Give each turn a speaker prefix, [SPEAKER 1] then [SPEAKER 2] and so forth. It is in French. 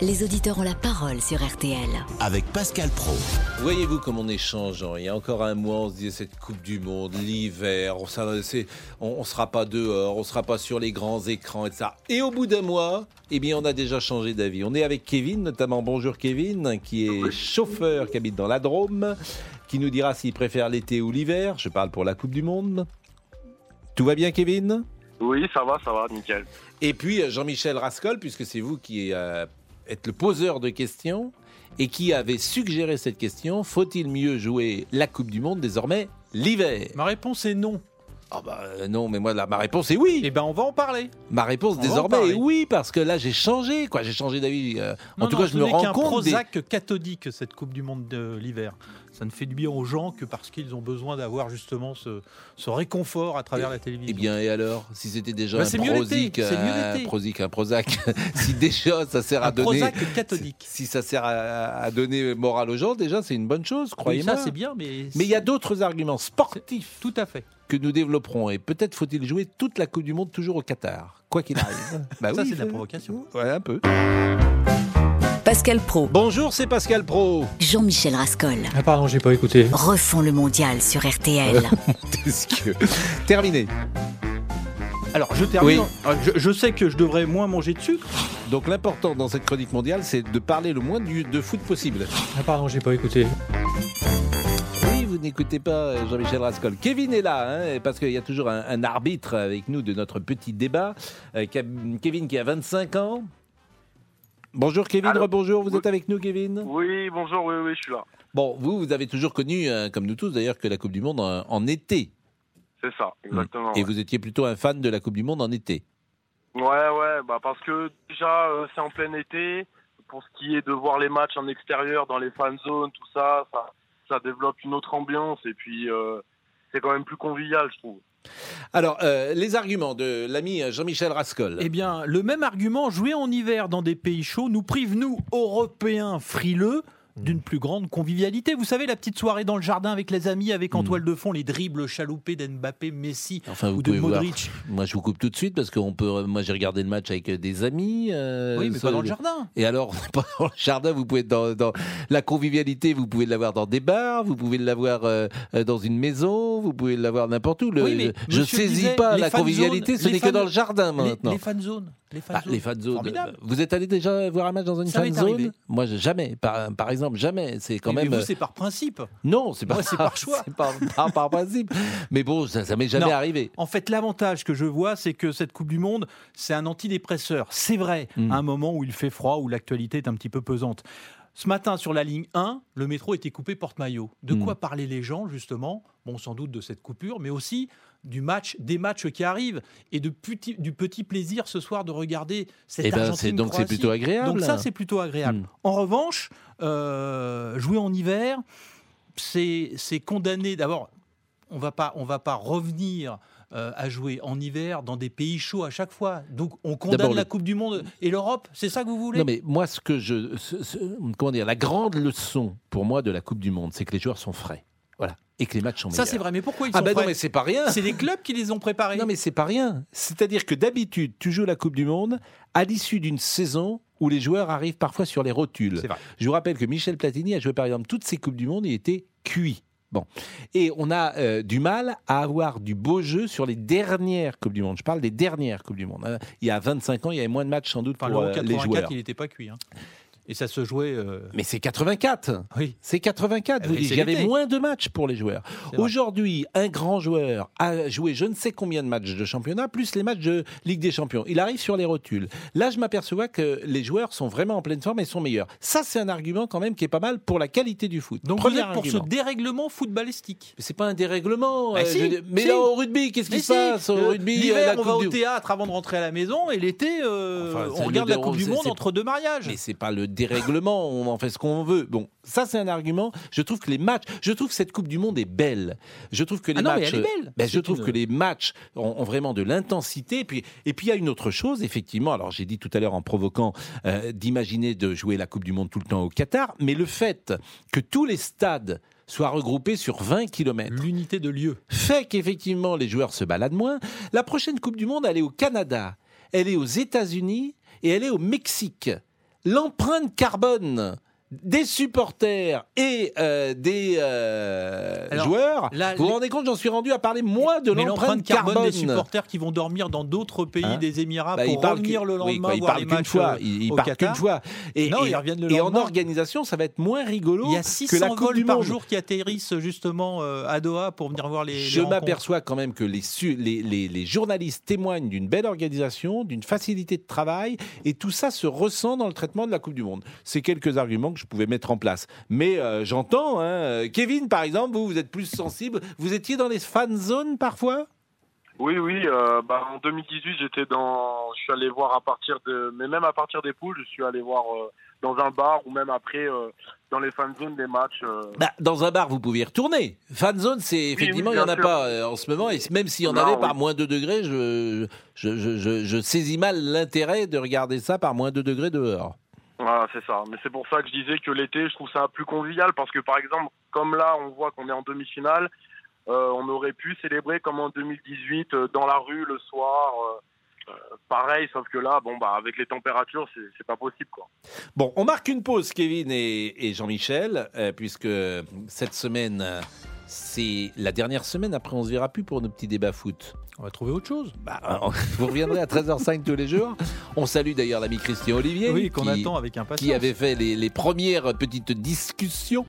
[SPEAKER 1] les auditeurs ont la parole sur RTL.
[SPEAKER 2] avec Pascal Pro.
[SPEAKER 3] Voyez-vous comme on est changeant. Il y a encore un mois, on se disait cette Coupe du Monde, l'hiver, on ne sera pas dehors, on ne sera pas sur les grands écrans, etc. Et au bout d'un mois, eh bien, on a déjà changé d'avis. On est avec Kevin, notamment. Bonjour Kevin, qui est chauffeur, qui habite dans la Drôme, qui nous dira s'il préfère l'été ou l'hiver. Je parle pour la Coupe du Monde. Tout va bien, Kevin
[SPEAKER 4] Oui, ça va, ça va, nickel.
[SPEAKER 3] Et puis euh, Jean-Michel Rascol, puisque c'est vous qui euh, êtes le poseur de questions et qui avez suggéré cette question, faut-il mieux jouer la Coupe du Monde désormais l'hiver
[SPEAKER 5] Ma réponse est non.
[SPEAKER 3] Ah bah euh, non, mais moi là, ma réponse est oui.
[SPEAKER 5] Eh ben, on va en parler.
[SPEAKER 3] Ma réponse
[SPEAKER 5] on va en
[SPEAKER 3] désormais
[SPEAKER 5] parler.
[SPEAKER 3] est oui parce que là j'ai changé quoi, j'ai changé d'avis. euh, en
[SPEAKER 5] Non,
[SPEAKER 3] tout
[SPEAKER 5] non,
[SPEAKER 3] cas, je
[SPEAKER 5] ce
[SPEAKER 3] me
[SPEAKER 5] n'est
[SPEAKER 3] rends
[SPEAKER 5] qu'un
[SPEAKER 3] compte des-
[SPEAKER 5] Prozac cathodique cette Coupe du Monde de l'hiver. Ça ne fait du bien aux gens que parce qu'ils ont besoin d'avoir justement ce, ce réconfort à travers la
[SPEAKER 3] Eh
[SPEAKER 5] télévision.
[SPEAKER 3] bien, et alors Si c'était déjà
[SPEAKER 5] Bah,
[SPEAKER 3] un
[SPEAKER 5] c'est mieux l'été,
[SPEAKER 3] prosic,
[SPEAKER 5] c'est mieux
[SPEAKER 3] un
[SPEAKER 5] l'été.
[SPEAKER 3] prosic, un Prozac, si déjà ça sert à
[SPEAKER 5] un
[SPEAKER 3] donner,
[SPEAKER 5] Prozac cathodique.
[SPEAKER 3] si ça sert à, à donner morale aux gens, déjà c'est une bonne chose,
[SPEAKER 5] Oui,
[SPEAKER 3] croyez-moi.
[SPEAKER 5] ça c'est bien, mais
[SPEAKER 3] Mais il y a d'autres arguments sportifs
[SPEAKER 5] tout à fait.
[SPEAKER 3] que nous développerons. Et peut-être faut-il jouer toute la Coupe du Monde toujours au Qatar, quoi qu'il arrive. Bah
[SPEAKER 5] Ça,
[SPEAKER 3] oui,
[SPEAKER 5] c'est de la
[SPEAKER 3] faut-
[SPEAKER 5] provocation.
[SPEAKER 3] Ouais, un peu.
[SPEAKER 1] Pascal Pro,
[SPEAKER 3] Bonjour, c'est Pascal Pro.
[SPEAKER 1] Jean-Michel Rascol
[SPEAKER 5] Ah pardon, j'ai pas écouté.
[SPEAKER 1] refont le mondial sur RTL.
[SPEAKER 3] Montesquieu. Terminé.
[SPEAKER 5] Alors je termine.
[SPEAKER 3] Oui.
[SPEAKER 5] Ah, Je, je sais que je devrais moins manger de sucre.
[SPEAKER 3] Donc l'important dans cette chronique mondiale, c'est de parler le moins du- de foot possible.
[SPEAKER 5] Ah pardon, j'ai pas écouté.
[SPEAKER 3] Oui, vous n'écoutez pas euh, Jean-Michel Rascol. Kevin est là, hein, parce qu'il y a toujours un, un arbitre avec nous de notre petit débat. Euh, Kev- Kevin qui a 25 ans. Bonjour Kevin,
[SPEAKER 4] Allô
[SPEAKER 3] bonjour, vous
[SPEAKER 4] Oui.
[SPEAKER 3] êtes avec nous Kevin
[SPEAKER 4] Oui, bonjour, oui, oui, je suis là.
[SPEAKER 3] Bon, vous, vous avez toujours connu, euh, comme nous tous d'ailleurs, que la Coupe du Monde euh, en été.
[SPEAKER 4] C'est ça, exactement.
[SPEAKER 3] Et vous étiez plutôt un fan de la Coupe du Monde en été.
[SPEAKER 4] Ouais, ouais, bah parce que déjà, euh, c'est en plein été. Pour ce qui est de voir les matchs en extérieur, dans les fan zones, tout ça, ça, ça développe une autre ambiance. Et puis, euh, c'est quand même plus convivial, je trouve.
[SPEAKER 3] Alors, euh, les arguments de l'ami euh, Jean-Michel Rascol.
[SPEAKER 5] Eh bien, le même argument joué en hiver dans des pays chauds nous prive, nous, Européens frileux, d'une plus grande convivialité. Vous savez, la petite soirée dans le jardin avec les amis, avec en
[SPEAKER 3] Mm.
[SPEAKER 5] toile de fond les dribbles chaloupés d'Mbappé, Messi
[SPEAKER 3] Enfin, Ah, vous
[SPEAKER 5] ou de
[SPEAKER 3] pouvez voir.
[SPEAKER 5] Modric.
[SPEAKER 3] Moi, je vous coupe tout de suite parce que on peut. Moi, j'ai regardé le match avec des amis. euh,
[SPEAKER 5] oui, mais
[SPEAKER 3] ça-
[SPEAKER 5] pas dans le jardin.
[SPEAKER 3] Et alors, pas dans le jardin, vous pouvez être dans, dans la convivialité, vous pouvez l'avoir dans des bars, vous pouvez l'avoir euh, euh, dans une maison, vous pouvez l'avoir n'importe où. Le-
[SPEAKER 5] Oui, mais
[SPEAKER 3] le- je
[SPEAKER 5] monsieur
[SPEAKER 3] saisis
[SPEAKER 5] disait,
[SPEAKER 3] pas
[SPEAKER 5] les
[SPEAKER 3] la
[SPEAKER 5] fan
[SPEAKER 3] convivialité,
[SPEAKER 5] zones,
[SPEAKER 3] ce
[SPEAKER 5] les
[SPEAKER 3] n'est que
[SPEAKER 5] fan-
[SPEAKER 3] dans le jardin
[SPEAKER 5] Les,
[SPEAKER 3] maintenant.
[SPEAKER 5] les fan zones. Les fan
[SPEAKER 3] Ah,
[SPEAKER 5] zones.
[SPEAKER 3] les fan zones.
[SPEAKER 5] Formidable.
[SPEAKER 3] Vous êtes allé déjà voir un match dans une
[SPEAKER 5] Ça
[SPEAKER 3] fan
[SPEAKER 5] m'est
[SPEAKER 3] zone
[SPEAKER 5] arrivé.
[SPEAKER 3] Moi, je- jamais. Par, par exemple, jamais. C'est quand
[SPEAKER 5] Oui,
[SPEAKER 3] même.
[SPEAKER 5] mais
[SPEAKER 3] euh,
[SPEAKER 5] vous, c'est par principe.
[SPEAKER 3] Non, c'est pas
[SPEAKER 5] Moi, c'est par choix.
[SPEAKER 3] C'est par, par- par principe. Mais bon, ça, ça m'est jamais
[SPEAKER 5] Non.
[SPEAKER 3] arrivé.
[SPEAKER 5] En fait, l'avantage que je vois, c'est que cette Coupe du Monde, c'est un antidépresseur. C'est vrai,
[SPEAKER 3] Mm.
[SPEAKER 5] à un moment où il fait froid, où l'actualité est un petit peu pesante. Ce matin, sur la ligne 1, le métro était coupé porte-maillot. De
[SPEAKER 3] Mm.
[SPEAKER 5] quoi parlaient les gens, justement Bon, sans doute de cette coupure, mais aussi du match, des matchs qui arrivent et de puti- du petit plaisir ce soir de regarder cette
[SPEAKER 3] Eh ben, c'est
[SPEAKER 5] Argentine-Croatie.
[SPEAKER 3] donc c'est plutôt agréable.
[SPEAKER 5] Donc ça, c'est plutôt agréable.
[SPEAKER 3] Mm.
[SPEAKER 5] En revanche, euh, jouer en hiver, c'est c'est condamné. D'abord, on va pas, on va pas revenir. euh, à jouer en hiver dans des pays chauds à chaque fois. Donc on
[SPEAKER 3] D'abord,
[SPEAKER 5] condamne la
[SPEAKER 3] le-
[SPEAKER 5] Coupe du Monde et l'Europe, c'est ça que vous voulez
[SPEAKER 3] Non mais moi, ce que je, ce- ce- comment dire, la grande leçon pour moi de la Coupe du Monde, c'est que les joueurs sont frais, voilà, et que les matchs sont
[SPEAKER 5] Ça
[SPEAKER 3] meilleurs.
[SPEAKER 5] c'est vrai, mais pourquoi ils
[SPEAKER 3] Ah
[SPEAKER 5] sont
[SPEAKER 3] ben non
[SPEAKER 5] prêts
[SPEAKER 3] mais c'est pas rien.
[SPEAKER 5] C'est les clubs qui les ont préparés.
[SPEAKER 3] Non mais c'est pas rien. C'est-à-dire que d'habitude, tu joues la Coupe du Monde à l'issue d'une saison où les joueurs arrivent parfois sur les rotules.
[SPEAKER 5] C'est vrai.
[SPEAKER 3] Je vous rappelle que Michel Platini a joué par exemple toutes ses Coupes du Monde, il était cuit. Bon. Et on a euh, du mal à avoir du beau jeu sur les dernières Coupes du Monde. Je parle des dernières Coupes du Monde. hein. Il y a 25 ans, il y avait moins de matchs sans doute
[SPEAKER 5] Enfin,
[SPEAKER 3] pour
[SPEAKER 5] l'Euro
[SPEAKER 3] euh, les
[SPEAKER 5] 84,
[SPEAKER 3] joueurs.
[SPEAKER 5] il n'était pas cuit. hein. Et ça se jouait. euh,
[SPEAKER 3] Mais c'est 84
[SPEAKER 5] Oui.
[SPEAKER 3] c'est 84, vous
[SPEAKER 5] Et
[SPEAKER 3] dites.
[SPEAKER 5] c'est
[SPEAKER 3] Il y avait
[SPEAKER 5] l'été.
[SPEAKER 3] moins de matchs pour les joueurs.
[SPEAKER 5] C'est vrai.
[SPEAKER 3] Aujourd'hui, un grand joueur a joué je ne sais combien de matchs de championnat, plus les matchs de Ligue des Champions. Il arrive sur les rotules. Là, je m'aperçois que les joueurs sont vraiment en pleine forme et sont meilleurs. Ça, c'est un argument quand même qui est pas mal pour la qualité du foot.
[SPEAKER 5] Donc vous
[SPEAKER 3] Premier
[SPEAKER 5] êtes pour
[SPEAKER 3] argument.
[SPEAKER 5] ce dérèglement footballistique.
[SPEAKER 3] C'est pas un dérèglement.
[SPEAKER 5] Bah
[SPEAKER 3] euh,
[SPEAKER 5] si,
[SPEAKER 3] je veux dire- Mais
[SPEAKER 5] si.
[SPEAKER 3] là, au rugby, qu'est-ce qui
[SPEAKER 5] Mais
[SPEAKER 3] se
[SPEAKER 5] si,
[SPEAKER 3] passe
[SPEAKER 5] euh,
[SPEAKER 3] Au rugby, euh,
[SPEAKER 5] l'hiver,
[SPEAKER 3] la
[SPEAKER 5] on va
[SPEAKER 3] Coupe
[SPEAKER 5] au
[SPEAKER 3] du-
[SPEAKER 5] théâtre avant de rentrer à la maison, et l'été, euh,
[SPEAKER 3] Enfin, ça
[SPEAKER 5] on
[SPEAKER 3] nous
[SPEAKER 5] regarde la Coupe
[SPEAKER 3] dérange,
[SPEAKER 5] du
[SPEAKER 3] c'est-
[SPEAKER 5] Monde
[SPEAKER 3] c'est-
[SPEAKER 5] entre deux mariages.
[SPEAKER 3] Mais c'est pas le dérèglement, on en fait ce qu'on veut. Bon, ça c'est un argument. Je trouve que les matchs, je trouve que cette Coupe du Monde est belle. Je trouve que les
[SPEAKER 5] Ah non, mais
[SPEAKER 3] matchs,
[SPEAKER 5] elle est belle.
[SPEAKER 3] ben, je
[SPEAKER 5] C'est
[SPEAKER 3] trouve
[SPEAKER 5] une-
[SPEAKER 3] que les matchs ont, ont vraiment de l'intensité. Et puis, et puis il y a une autre chose, effectivement. Alors j'ai dit tout à l'heure en provoquant euh, d'imaginer de jouer la Coupe du Monde tout le temps au Qatar, mais le fait que tous les stades soient regroupés sur 20 km
[SPEAKER 5] L'unité de lieu.
[SPEAKER 3] fait qu'effectivement les joueurs se baladent moins. La prochaine Coupe du Monde, elle est au Canada, elle est aux États-Unis et elle est au Mexique. l'empreinte carbone des supporters et euh, des euh,
[SPEAKER 5] Alors,
[SPEAKER 3] joueurs.
[SPEAKER 5] là,
[SPEAKER 3] vous vous
[SPEAKER 5] les-
[SPEAKER 3] rendez compte, j'en suis rendu à parler moi de
[SPEAKER 5] Mais
[SPEAKER 3] l'empreinte carbone.
[SPEAKER 5] des supporters qui vont dormir dans d'autres pays
[SPEAKER 3] Hein
[SPEAKER 5] des Émirats
[SPEAKER 3] Bah,
[SPEAKER 5] pour
[SPEAKER 3] parle
[SPEAKER 5] revenir
[SPEAKER 3] que-
[SPEAKER 5] le
[SPEAKER 3] oui,
[SPEAKER 5] lendemain
[SPEAKER 3] quoi, ils
[SPEAKER 5] voir
[SPEAKER 3] parlent
[SPEAKER 5] les
[SPEAKER 3] qu'une
[SPEAKER 5] matchs.
[SPEAKER 3] fois,
[SPEAKER 5] euh,
[SPEAKER 3] ils, ils
[SPEAKER 5] au
[SPEAKER 3] partent
[SPEAKER 5] Qatar.
[SPEAKER 3] qu'une fois. Et,
[SPEAKER 5] Non,
[SPEAKER 3] et-
[SPEAKER 5] ils reviennent le
[SPEAKER 3] et en
[SPEAKER 5] lendemain.
[SPEAKER 3] organisation, ça va être moins rigolo
[SPEAKER 5] Il y a
[SPEAKER 3] que la
[SPEAKER 5] 600
[SPEAKER 3] Coupe du
[SPEAKER 5] vols par
[SPEAKER 3] Monde.
[SPEAKER 5] jour qui atterrissent justement euh, à Doha pour venir voir les. les
[SPEAKER 3] Je
[SPEAKER 5] rencontres.
[SPEAKER 3] m'aperçois quand même que les, su- les, les- les journalistes témoignent d'une belle organisation, d'une facilité de travail, et tout ça se ressent dans le traitement de la Coupe du Monde. C'est quelques arguments que je pouvais mettre en place. Mais euh, j'entends, hein, euh, Kevin par exemple, vous, vous êtes plus sensible, vous étiez dans les fan zones parfois
[SPEAKER 4] Oui, oui. euh, bah, en 2018, j'étais dans. Je suis allé voir à partir de. Mais même à partir des poules, je suis allé voir euh, dans un bar ou même après euh, dans les fan zones des matchs. euh.
[SPEAKER 3] Bah, dans un bar, vous pouviez y retourner. Fan zone, c'est effectivement,
[SPEAKER 4] oui,
[SPEAKER 3] il n'y en
[SPEAKER 4] bien
[SPEAKER 3] a
[SPEAKER 4] sûr.
[SPEAKER 3] pas euh, en ce moment. Et même s'il y en
[SPEAKER 4] Non,
[SPEAKER 3] avait
[SPEAKER 4] oui.
[SPEAKER 3] par moins 2 degrés, je, je, je- je- je saisis mal l'intérêt de regarder ça par moins 2 degrés dehors.
[SPEAKER 4] Voilà, Ah, c'est ça. Mais c'est pour ça que je disais que l'été, je trouve ça plus convivial parce que par exemple, comme là, on voit qu'on est en demi-finale, euh, on aurait pu célébrer comme en 2018 euh, dans la rue le soir. euh, euh, pareil, sauf que là, bon, bah, avec les températures, c'est c'est pas possible, quoi.
[SPEAKER 3] Bon, on marque une pause, Kevin et, et Jean-Michel, euh, puisque cette semaine, euh, c'est la dernière semaine. Après, on se verra plus pour nos petits débats foot.
[SPEAKER 5] On va trouver autre chose.
[SPEAKER 3] Bah, on- vous reviendrez à 13h05 tous les jours. On salue d'ailleurs l'ami Christian Olivier,
[SPEAKER 5] Oui, qu'on
[SPEAKER 3] qui,
[SPEAKER 5] attend avec impatience.
[SPEAKER 3] qui avait fait les- les premières petites discussions